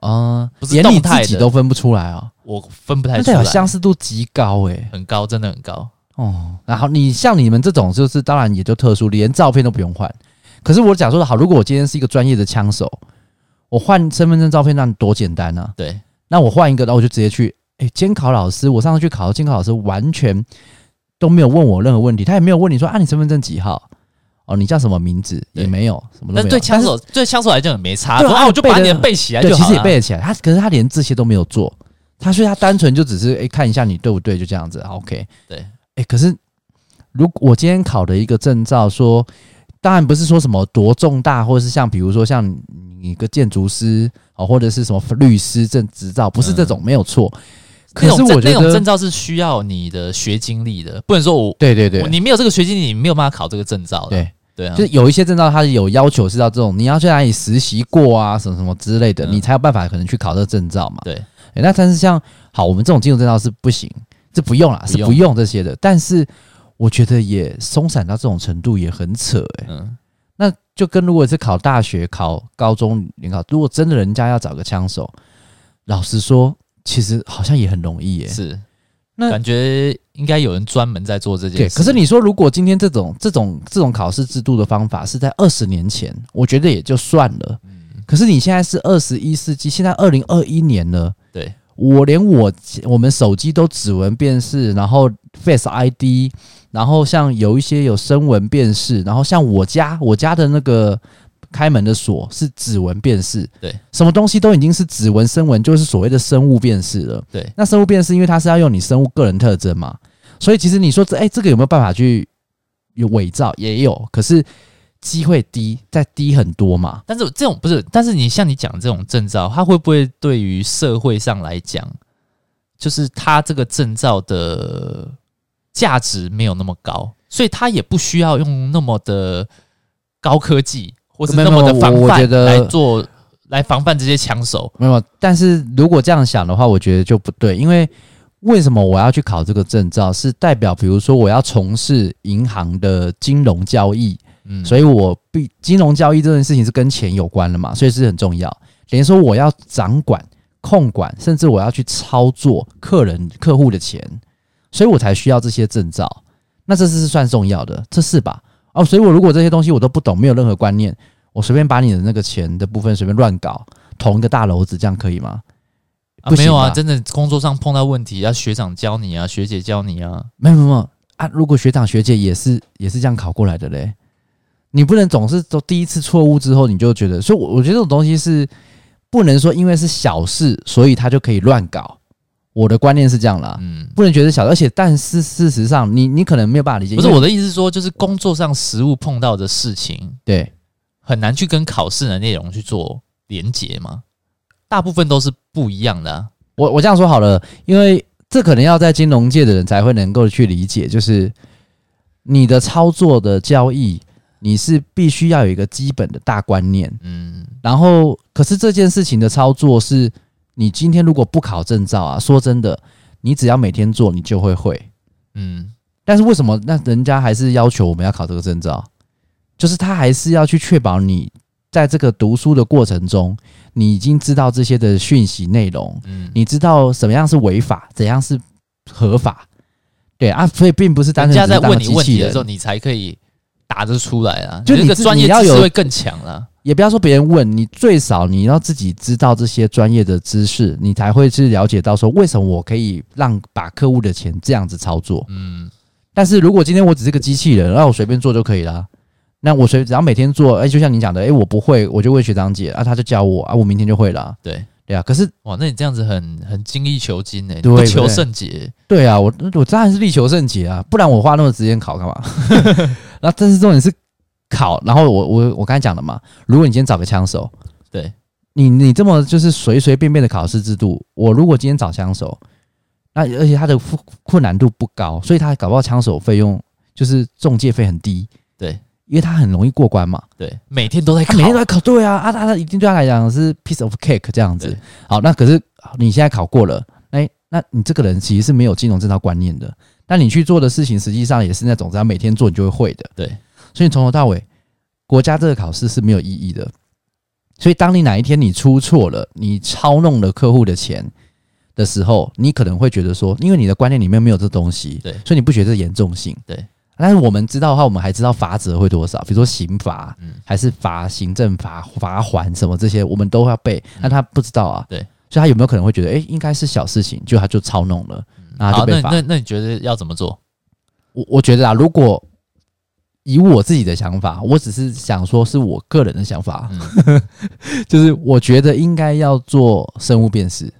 啊、不是连你动态自己的都分不出来啊、我分不那太出代表来。相似度极高哎、很高，真的很高。哦，然后你像你们这种，就是当然也就特殊，连照片都不用换。可是我假说好，如果我今天是一个专业的枪手，我换身份证照片那多简单啊！对，那我换一个，然后我就直接去，哎，监考老师，我上次去考监考老师完全都没有问我任何问题，他也没有问你说啊，你身份证几号？哦，你叫什么名字？对也没有，什么都没但有。对枪是手对枪手来讲也没差，对说啊啊我就把背你得的背起来对，就其好实也了。背得起来。他可是他连这些都没有做，他所以他单纯就只是哎、诶看一下你对不对，就这样子。好 OK，对哎、诶可是如果我今天考的一个证照说，当然不是说什么多重大，或是像比如说像你一个建筑师哦，或者是什么律师证执照，不是这种、没有错。可嗯那是种证我那觉种得证，照是需要你的学经历的，不能说我对对对我，你没有这个学经历，你没有办法考这个证照的。对对啊就，是有一些证照，它有要求是要这种，你要去哪里实习过啊，什么什么之类的，嗯你才有办法可能去考这个证照嘛。对欸那但是像好，我们这种金融证照是不行，这不用啦，不是用不用这些的。但是我觉得也松散到这种程度也很扯哎、嗯，那就跟如果是考大学、考高中联考，如果真的人家要找个枪手，老实说，其实好像也很容易耶、是。那感觉应该有人专门在做这件对，事。可是你说，如果今天这种这种这种考试制度的方法是在二十年前，我觉得也就算了。嗯可是你现在是二十一世纪，现在二零二一年了，对我连我我们手机都指纹辨识，然后 Face ID，然后像有一些有声纹辨识，然后像我家我家的那个开门的锁是指纹辨识，对，什么东西都已经是指纹声纹，就是所谓的生物辨识了。对那生物辨识，因为它是要用你生物个人特征嘛，所以其实你说这哎、这个有没有办法去有伪造？也有，可是机会低，再低很多嘛。但是这种不是，但是你像你讲这种证照，它会不会对于社会上来讲，就是它这个证照的价值没有那么高，所以它也不需要用那么的高科技或是没有那么的没有防我我觉范得来做来防范这些枪手。没有，但是如果这样想的话，我觉得就不对，因为为什么我要去考这个证照？是代表，比如说我要从事银行的金融交易，嗯，所以我必金融交易这件事情是跟钱有关的嘛，所以是很重要。等于说我要掌管、控管，甚至我要去操作客人、客户的钱，所以我才需要这些证照。那这是算重要的，这是吧？哦，所以我如果这些东西我都不懂，没有任何观念，我随便把你的那个钱的部分随便乱搞，捅一个大篓子，这样可以吗？啊不没行有啊，吧真的工作上碰到问题，要学长教你啊，学姐教你啊。没有没有没有啊！如果学长学姐也是也是这样考过来的嘞，你不能总是都第一次错误之后你就觉得，所以我我觉得这种东西是不能说因为是小事，所以他就可以乱搞。我的观念是这样啦，嗯，不能觉得小事，而且但是事实上，你你可能没有办法理解，不是因为我的意思是说，就是工作上实务碰到的事情，对很难去跟考试的内容去做连结嘛，大部分都是不一样的、啊。我我这样说好了，因为这可能要在金融界的人才会能够去理解，就是你的操作的交易，你是必须要有一个基本的大观念。嗯，然后，可是这件事情的操作是，你今天如果不考证照啊，说真的，你只要每天做，你就会会。嗯，但是为什么那人家还是要求我们要考这个证照？就是他还是要去确保你在这个读书的过程中，你已经知道这些的讯息内容，嗯，你知道什么样是违法，怎样是合法。对啊，所以并不是单人家纯只在是当问个你机问器题人的时候，你才可以答得出来啊，就你你那个自专业你要知识有会更强啊了。也不要说别人问你，最少你要自己知道这些专业的知识，你才会去了解到说为什么我可以让把客户的钱这样子操作。嗯，但是如果今天我只是个机器人，那我随便做就可以啦。那我随只要每天做，哎、就像你讲的，哎、我不会，我就问学长姐啊，他就教我啊，我明天就会啦。对，对啊，可是哇，那你这样子很很精益求精呢、欸，对不求不对甚解。对啊，我我当然是力求甚解啊，不然我花那么多时间考 干嘛？那但是重点是考，然后我我我刚才讲了嘛，如果你今天找个枪手，对你你这么就是随随便便的考试制度，我如果今天找枪手，那而且他的复困难度不高，所以他搞不好枪手费用就是中介费很低，对，因为他很容易过关嘛，对，每天都在他考，每天都在考，对啊，啊，他他一定对他来讲是 piece of cake 这样子对。好，那可是你现在考过了，哎、那你这个人其实是没有金融这套观念的，但你去做的事情实际上也是那种只要每天做你就会会的，对，所以你从头到尾，国家这个考试是没有意义的。所以，当你哪一天你出错了，你操弄了客户的钱的时候，你可能会觉得说，因为你的观念里面没有这东西，对所以你不觉得这严重性，对。但是我们知道的话，我们还知道罚则会多少，比如说刑罚，嗯还是罚行政罚、罚款什么这些，我们都要背。那他不知道啊，嗯对，所以他有没有可能会觉得，诶，应该是小事情，就他就操弄了，那他好，就那被罚。那那你觉得要怎么做？我我觉得啊，如果以我自己的想法，我只是想说是我个人的想法，嗯 就是我觉得应该要做生物辨识，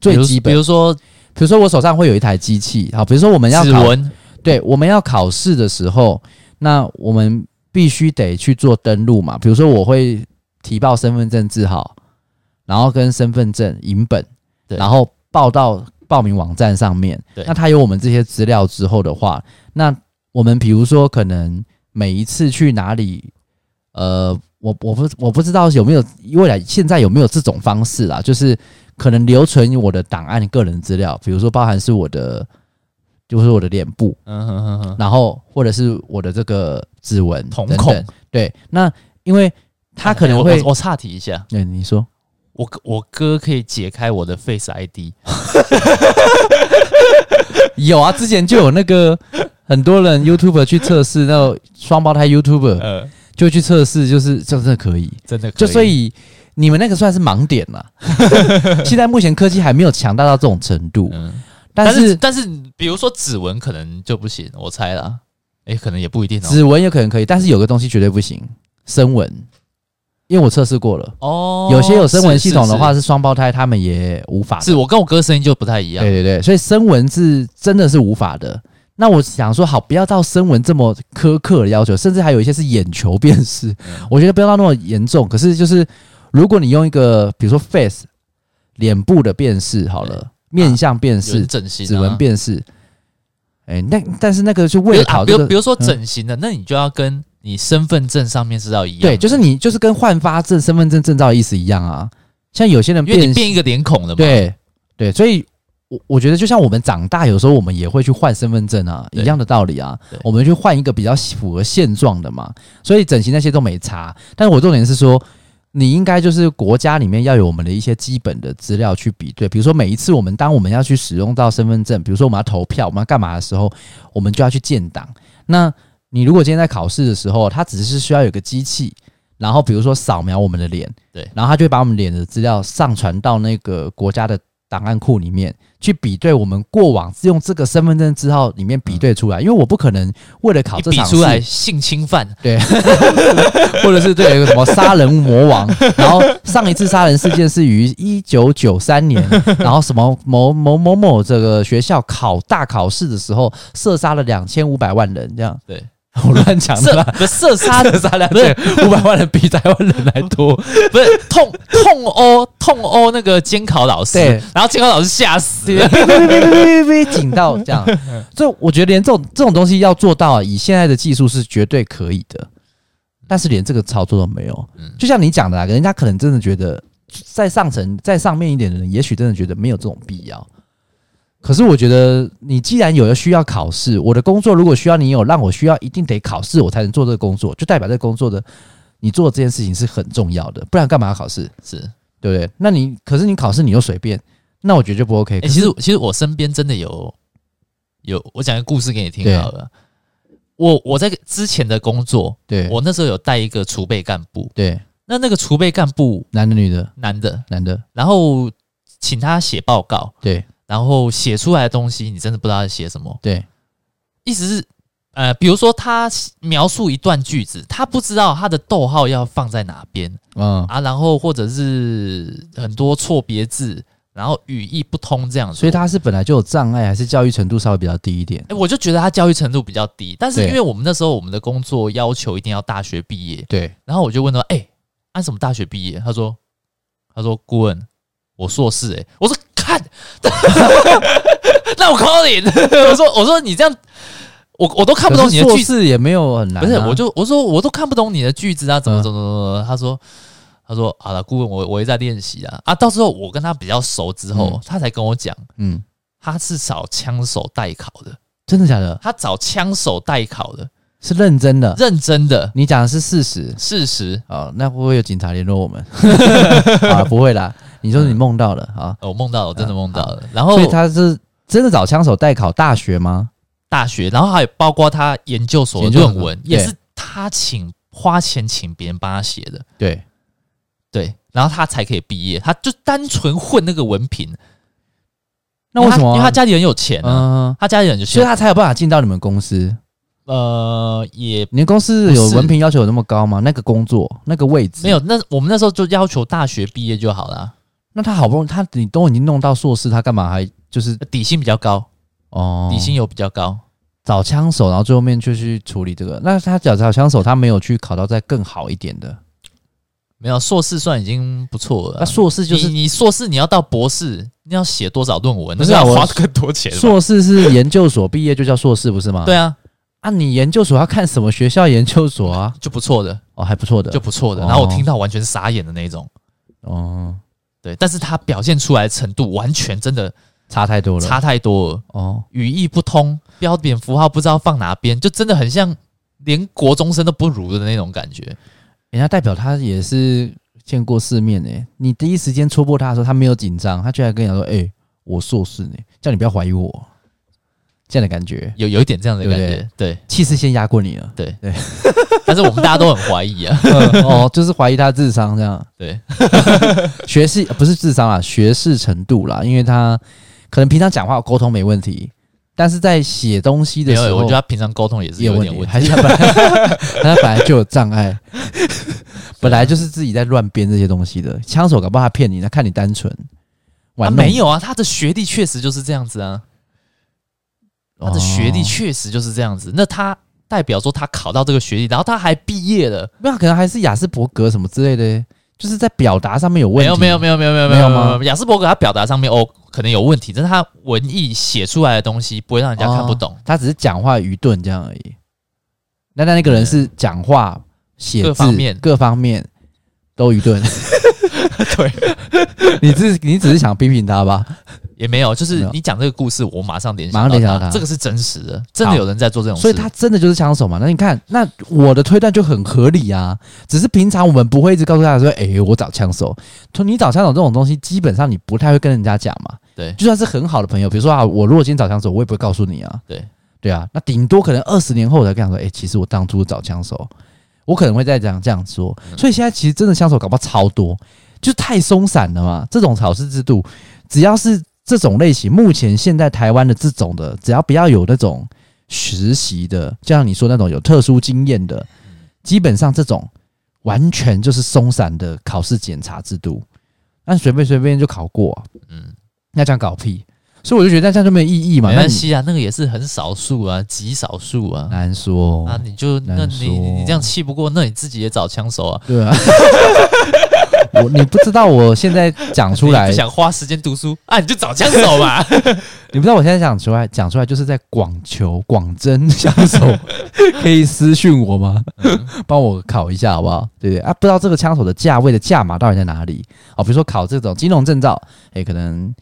最比如基比本。如说比如说我手上会有一台机器，好，比如说我们要指考，纹，对，我们要考试的时候，那我们必须得去做登录嘛。比如说我会提报身份证字号，然后跟身份证影本，对然后报到报名网站上面。对那它有我们这些资料之后的话，那我们比如说可能每一次去哪里，呃，我我不我不知道有没有未来现在有没有这种方式啦，就是可能留存我的档案个人资料，比如说包含是我的。就是我的脸部，嗯哼哼哼，然后或者是我的这个指纹瞳等孔哎等对，那因为他可能我会我，我岔题一下，嗯、你说我我哥可以解开我的 Face ID，有啊，之前就有那个很多人 YouTuber 去测试，那个双胞胎 YouTuber 呃，就去测试，就是这真的可以，真的可就所以你们那个算是盲点 啦。现在目前科技还没有强大到这种程度，嗯，但是是但是比如说指纹可能就不行，我猜啦，诶，可能也不一定哦。指纹有可能可以，但是有个东西绝对不行，声纹，因为我测试过了。哦，有些有声纹系统的话是是双胞胎，他们也无法的是是是我跟我哥声音就不太一样，对对对，所以声纹是真的是无法的。那我想说，好，不要到声纹这么苛刻的要求，甚至还有一些是眼球辨识，嗯我觉得不要到那么严重。可是就是，如果你用一个比如说 face 脸部的辨识好了，面相辨有人识、嗯整形、啊、指纹辨识，哎、哎、那但是那个就为了考比这如个嗯比，如说整形的，那你就要跟你身份证上面是要一样的，对，就是你就是跟换发证、身份证证照的意思一样啊。像有些人因为变你变一个脸孔了嘛。对对，所以我我觉得就像我们长大，有时候我们也会去换身份证啊，对一样的道理啊对，我们去换一个比较符合现状的嘛。所以整形那些都没差，但是我重点是说。你应该就是国家里面要有我们的一些基本的资料去比对，比如说每一次我们当我们要去使用到身份证，比如说我们要投票，我们要干嘛的时候，我们就要去建档。那你如果今天在考试的时候，它只是需要有个机器，然后比如说扫描我们的脸，对然后它就会把我们脸的资料上传到那个国家的档案库里面去比对我们过往是用这个身份证字号里面比对出来，因为我不可能为了嗯考一这比场出来试，性侵犯， 或者是对有个什么杀人魔王，然后上一次杀人事件是于一九九三 年，然后什么某某某某这个学校考大考试的时候射杀了两千五百万人这样。对， 我乱讲的射啦，不是射 杀，射杀两千五百万人比台湾人还多， 不是痛痛殴痛殴那个监考老师对，然后监考老师吓死对，了。哔哔哔哔哔哔警到 这样，所以我觉得连这种这种东西要做到啊，以现在的技术是绝对可以的，但是连这个操作都没有嗯。就像你讲的啊，人家可能真的觉得在上层在上面一点的人，也许真的觉得没有这种必要。可是我觉得，你既然有了需要考试，我的工作如果需要你有让我需要一定得考试，我才能做这个工作，就代表这个工作的你做的这件事情是很重要的，不然干嘛要考试？是，对不对？那你可是你考试你又随便，那我觉得就不 OK、哎、其实其实我身边真的有有，我讲个故事给你听对好了。我我在之前的工作，对，我那时候有带一个储备干部，对，那那个储备干部男的、女的、男的，男的，然后请他写报告，对然后写出来的东西，你真的不知道他写什么，对意思是。呃，比如说他描述一段句子，他不知道他的逗号要放在哪边嗯，啊，然后或者是很多错别字，然后语义不通这样子，所以他是本来就有障碍，还是教育程度稍微比较低一点？哎、我就觉得他教育程度比较低，但是对因为我们那时候我们的工作要求一定要大学毕业，对，然后我就问他，哎、按什么大学毕业？他说，他说顾问，我硕士、欸，哎，我说看， 那我 call 你， 我说我说你这样，我我都看不懂你的硕句子，士也没有很难、啊，不是，我就我说我都看不懂你的句子啊，怎么嗯怎么怎么怎么？他说。他说：“好了，顾问，我我也在练习啊啊！到时候我跟他比较熟之后，嗯他才跟我讲，嗯，他是找枪手代考的，真的假的？他找枪手代考的，是认真的，认真的你讲的是事实。事实。哦，那会不会有警察联络我们？ 啊，不会啦，你说你梦到了啊，呃我梦到了，我真的梦到了。然好后所以他是真的找枪手代考大学吗？大学，然后还有包括他研究所的研究所论文，对也是他请花钱请别人帮他写的，对，对，然后他才可以毕业。他就单纯混那个文凭，那为什因为他么？因为他家里很有钱啊，嗯，他家里人就所以是他才有办法进到你们公司。呃也你们公司不有是文凭要求有那么高吗？那个工作那个位置没有。那我们那时候就要求大学毕业就好了，啊那他好不容易，他你都已经弄到硕士，他干嘛还就是底薪比较高，哦，底薪有比较高。找枪手，然后最后面就去处理这个。那他找找枪手，他没有去考到再更好一点的。没有硕士算已经不错了啊那，硕士就是你你硕士你要到博士，你要写多少论文？不是啊那我要花更多钱吧。硕士是研究所毕业就叫硕士，不是吗？对啊，啊，你研究所要看什么学校研究所啊？就不错的，哦，还不错的，就不错的。哦然后我听到完全傻眼的那种，哦，对，但是他表现出来的程度完全真的差太多了，差太多了，哦，语义不通，标点符号不知道放哪边，就真的很像连国中生都不如的那种感觉。人家代表他也是见过世面诶、你第一时间戳破他的时候，他没有紧张，他居然跟你讲说：“哎、我硕士呢、叫你不要怀疑我。”这样的感觉，有有一点这样的感对觉，对气势先压过你 了。对对，但是我们大家都很怀疑啊，嗯哦，就是怀疑他智商这样，对， 学识不是智商啦，学识程度啦，因为他可能平常讲话沟通没问题，但是在写东西没的时有，我候，觉得他平常沟通也是也有有问点题，问题。还是他本来 他本来就有障 碍，本来就是自己在乱编这些东西的，枪手搞不好他骗你，他看你单纯，他玩弄没有啊，他的学历确实就是这样子啊，他的学历哦确实就是这样子。那他代表说他考到这个学历，然后他还毕业了。没有，可能还是雅斯伯格什么之类的，就是在表达上面有问没题。哦有没有没有没有没有没有没吗有，雅斯伯格他表达上面 O 可能有问题，但是他文艺写出来的东西不会让人家看不懂，他只是讲话愚钝这样而已。那那那个人是讲话、写字各方面各方面都愚 钝。对， 你只你只是想批评他吧？也没有，就没是有你讲这个故事，我马上联想，马上联想到他这个是真实的，真的有人在做这种事，所以他真的就是枪手嘛？那你看，那我的推断就很合理啊。只是平常我们不会一直告诉大家说，哎、我找枪手。从你找枪手这种东西，基本上你不太会跟人家讲嘛。对就算是很好的朋友，比如说啊，我如果今天找枪手，我也不会告诉你啊。对，对啊，那顶多可能二十年后我才跟他说，哎、其实我当初找枪手，我可能会再讲这样说。嗯所以现在其实真的枪手搞不好超多，就是太松散了嘛。这种考试制度，只要是这种类型，目前现在台湾的这种的，只要不要有那种实习的，就像你说那种有特殊经验的，嗯基本上这种完全就是松散的考试检查制度，那随便随便就考过、啊，嗯，那这样搞屁？所以我就觉得那这样就没有意义嘛。没那关你系啊，那个也是很少数啊，极少数啊。难说，啊，你就那哦难你说你这样气不过，那你自己也找枪手啊！对啊。 我你不知道我现在讲出你来不，想花时间读书啊，你就找枪手 嘛！你不知道我现在讲出来，讲出来就是在广求广真相手，可以私讯我吗？嗯帮我考一下好不好？对不对啊？不知道这个枪手的价位的价码到底在哪里？哦，比如说考这种金融证照，哎、可能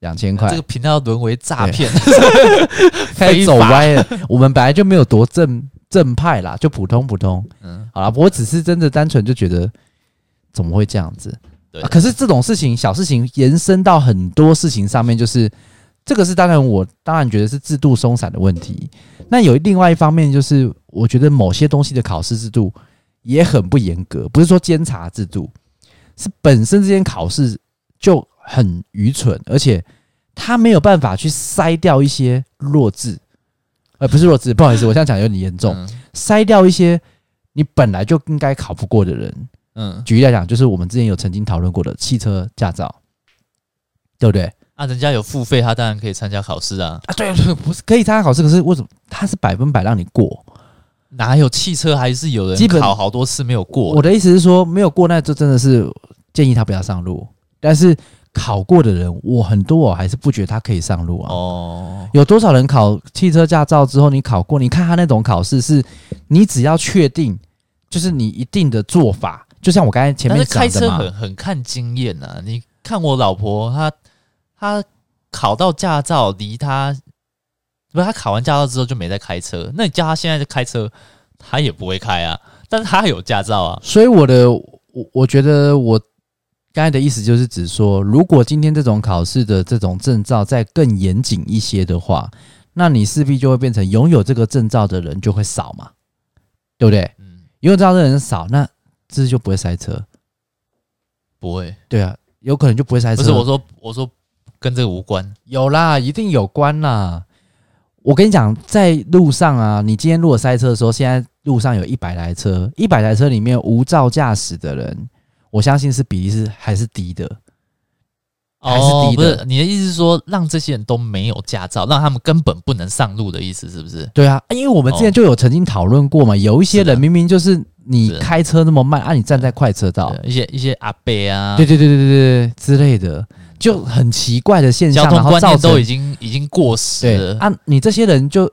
两千块啊这个，频道沦为诈骗，开始非走法歪了。我们本来就没有多正正派啦，就普通普通。嗯，好啦，我只是真的单纯就觉得怎么会这样子？对啊可是这种事情，小事情延伸到很多事情上面，就是这个是当然我当然觉得是制度松散的问题。那有另外一方面就是，我觉得某些东西的考试制度也很不严格，不是说监察制度，是本身这件考试就很愚蠢，而且他没有办法去筛掉一些弱智，呃，不是弱智，不好意思，我这样讲有点严重。嗯筛掉一些你本来就应该考不过的人。嗯举例来讲，就是我们之前有曾经讨论过的汽车驾照，对不对？啊，人家有付费，他当然可以参加考试啊。啊，对对，不是可以参加考试，可是为什么它是百分百让你过？ 哪有汽车还是有基人本考好多次没有过我？的意思是说，没有过那就真的是建议他不要上路。但是考过的人，我很多我还是不觉得他可以上路啊。哦，有多少人考汽车驾照之后，你考过？你看他那种考试是，你只要确定，就是你一定的做法，就像我刚才前但面是讲开的车嘛。很很看经验呐、你看我老婆，她她考到驾照，离她不是她考完驾照之后就没再开车。那你叫她现在就开车，她也不会开啊。但是她有驾照啊，所以我的我我觉得我刚才的意思就是指说，如果今天这种考试的这种证照再更严谨一些的话，那你势必就会变成拥有这个证照的人就会少嘛，对不对？嗯，拥有证照的人少，那这就不会塞车，不会，对啊，有可能就不会塞车。不是我说我说跟这个无关，有啦，一定有关啦。我跟你讲，在路上啊，你今天如果塞车的时候，现在路上有一百台车，一百台车里面无照驾驶的人，我相信是比例是还是低的。还是哦低的不是你的意思是说让这些人都没有驾照，让他们根本不能上路的意思是不是？对啊，因为我们之前就有曾经讨论过嘛，有一些哦是人的明明就是你是开车那么慢，啊，你站在快车道，对一些一些阿伯啊，对对对对对对之类的，就很奇怪的现象嗯交，然通后观造念都成已经已经过时对了。啊，你这些人就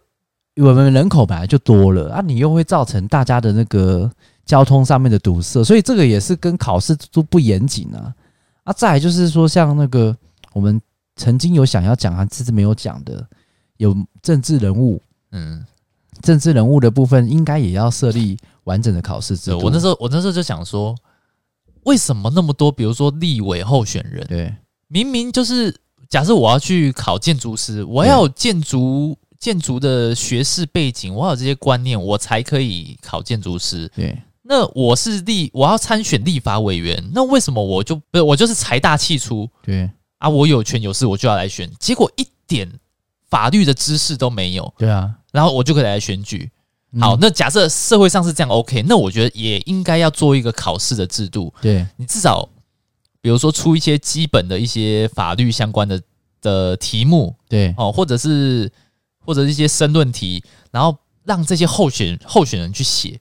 我们人口本来就多了啊，你又会造成大家的那个交通上面的堵塞，所以这个也是跟考试都不严谨啊。啊，再来就是说，像那个我们曾经有想要讲，啊，这次没有讲的，有政治人物，嗯，政治人物的部分应该也要设立完整的考试制对度。我那时候我那时候就想说，为什么那么多，比如说立委候选人，对明明就是假设我要去考建筑师，我要有建筑建筑的学士背景，我要有这些观念，我才可以考建筑师。对那我是立，我要参选立法委员，那为什么我就不是我就是财大气粗对啊？我有权有势，我就要来选，结果一点法律的知识都没有，对啊！然后我就可以来选举。嗯好，那假设社会上是这样 OK，那我觉得也应该要做一个考试的制度，对你至少比如说出一些基本的一些法律相关的的题目对哦，或者是或者是一些申论题，然后让这些候选候选人去写。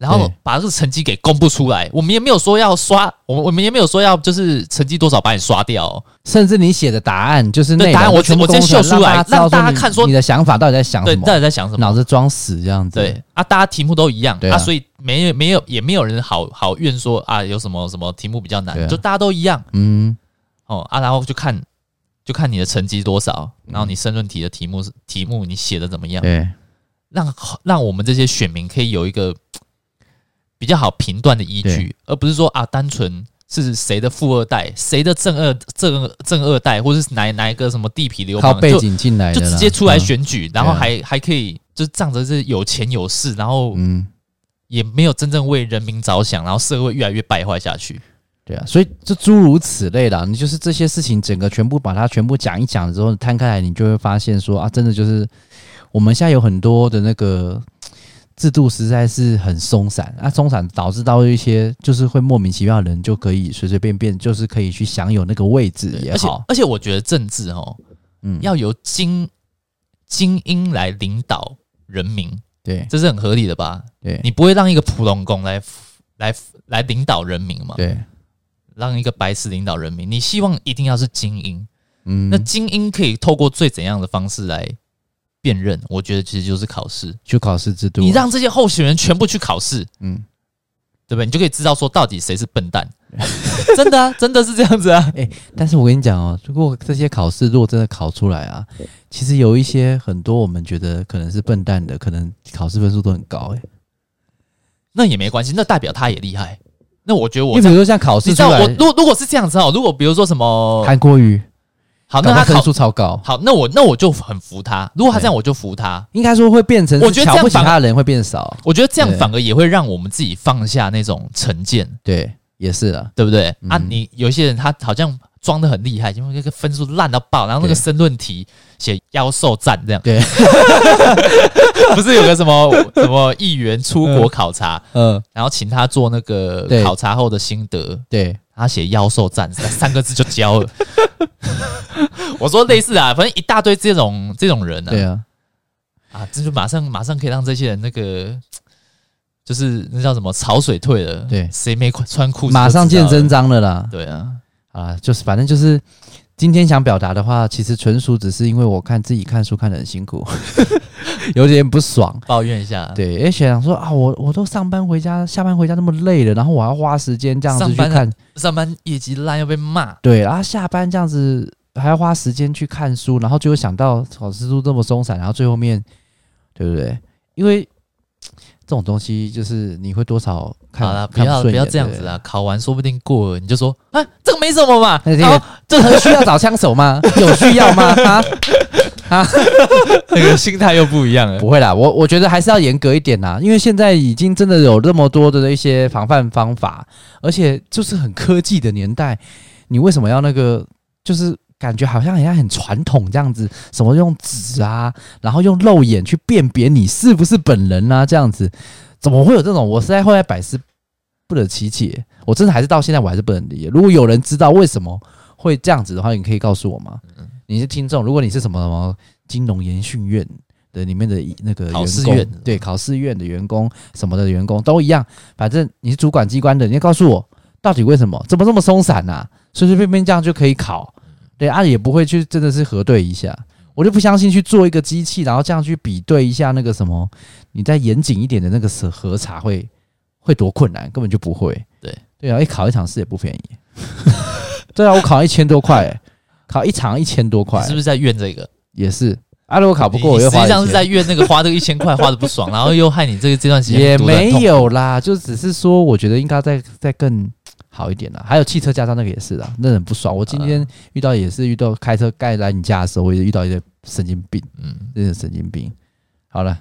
然后对把这个成绩给公布出来。我们也没有说要刷，我们我们也没有说要就是成绩多少把你刷掉哦、甚至你写的答案就是对内答容案我全部我直接公秀开出来让大家知道让大家你看说你的想法到底在想对，什到么，底在想什么？脑子装死这样子。对啊，大家题目都一样对啊啊所以没有没有也没有人好好怨说啊有什么什么题目比较难，对啊就大家都一样嗯，哦啊，然后就看就看你的成绩多少，然后你申论题的题目是题目你写的怎么样，嗯对，让让我们这些选民可以有一个比较好评断的依据，而不是说啊单纯。是谁的富二代，谁的正二正二正二代，或是哪哪一个什么地痞流靠氓，背就景进来就的啦，直接出来嗯，选举，然后对啊还还可以就是仗着是有钱有势，然后嗯，也没有真正为人民着想，然后社会越来越败坏下去。对啊，所以就诸如此类啊啦，你就是这些事情整个全部把它全部讲一讲了之后，摊开来，你就会发现说啊，真的就是我们现在有很多的那个制度实在是很松散啊，松散导致到一些就是会莫名其妙的人就可以随随便便就是可以去享有那个位置也而且好，而且我觉得政治哦，嗯，要由精精英来领导人民，对这是很合理的吧？对你不会让一个普通工来来来领导人民嘛？对，让一个白痴领导人民，你希望一定要是精英。嗯，那精英可以透过最怎样的方式来辨认？我觉得其实就是考试。就考试制度啊，你让这些候选人全部去考试，嗯，对不对？你就可以知道说到底谁是笨蛋。 真的啊，真的是这样子啊。但是我跟你讲哦，如果这些考试如果真的考出来啊，其实有一些很多我们觉得可能是笨蛋的，可能考试分数都很高哎、那也没关系，那代表他也厉害。那我觉得因我为比，如说像考你试知出道我来，如如果是这样子哦，如果比如说什么韩国瑜，好，啊那搞他他分考数超高，好，那我那我就很服他。如果他对这样，我就服他。应该说会变成是我觉得这样瞧不起反而他的人会变少，我觉得这样对反而也会让我们自己放下那种成见，对，也是啊，对不对？啊，嗯你有一些人他好像装的很厉害，因为那个分数烂到爆，然后那个对申论题写妖兽战这样，对， 不是有个什么什么议员出国考察，嗯、然后请他做那个对考察后的心得，对，他写“妖兽战士”三个字就交 了。我说类似啊，反正一大堆这种这种人对啊，啊，啊，这就马上马上可以让这些人那个，就是那叫什么潮水退了，对谁没穿裤子就知道了马上见真，章了啦，对啊，啊，就是反正就是。今天想表达的话，其实纯属只是因为我看自己看书看得很辛苦， 有点不爽，抱怨一下，，对，而且想说啊，我我都上班回家，下班回家那么累了，然后我还要花时间这样子上去班啊看，上班业绩烂要被骂，对，然后下班这样子还要花时间去看书，然后就会想到考试书这么松散，然后最后面，对不对？因为这种东西就是你会多少看好啦，不看要顺不要眼这样对子啊啦，考完说不定过了你就说啊，这个没什么 嘛，那这然后个这个需要找枪手吗？有需要吗？ 啊，那个心态又不一样了。 不会啦，我我觉得还是要严格一点啦，因为现在已经真的有这么多的一些防范方法，而且就是很科技的年代，你为什么要那个？就是感觉好像人家很传统这样子，什么用纸啊，然后用肉眼去辨别你是不是本人啊，这样子，怎么会有这种？我实在后来百思不得其解，我真的还是到现在我还是不能理解。如果有人知道为什么会这样子的话，你可以告诉我吗？嗯你是听众，如果你是什么什么金融研训院的里面的一那个员考试工院对考试院的员工什么的员工都一样，反正你是主管机关的，你要告诉我到底为什么，怎么这么松散呐、啊随随便便这样就可以考，对啊，也不会去真的是核对一下。我就不相信去做一个机器，然后这样去比对一下那个什么，你再严谨一点的那个审核查会会多困难，根本就不会。对对啊，一考一场试也不便宜。 对啊，我考一千多块、欸，考一场一千多块、你是不是在怨这个？也是。啊，如果考不过，你我你又实花际一上是千在怨那个花这个一千块花的不 爽，然后又害你这个这段时间也读得很没痛苦有啦，就只是说，我觉得应该再再更好一点啦。还有汽车驾照那个也是啦，那很不爽。我今天遇到也是遇到开车盖来你家的时候，我也遇到一个神经病，嗯，真的神经病。好了，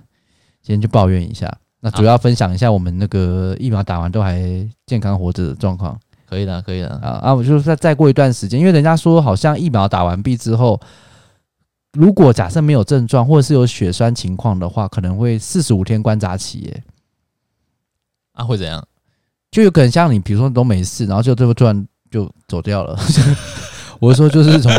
今天就抱怨一下。那主要分享一下我们那个疫苗打完都还健康活着的状况可以的，可以的。啊啊！我就是再再过一段时间，因为人家说好像疫苗打完毕之后，如果假设没有症状或者是有血栓情况的话，可能会四十五天观察期耶。啊，会怎样？就有可能像你，比如说你都没事，然后就最后突然就走掉了。 我是说就是 从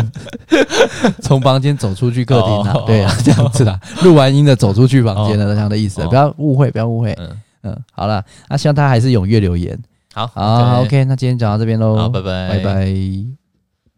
从房间走出去客厅啊哦对啊，这样子啦，录完音的走出去房间的那样的意思哦不要误会，不要误会。嗯，嗯，好了，那希望大家还是踊跃留言。好啊好，OK，那今天讲到这边喽，好，拜拜，拜拜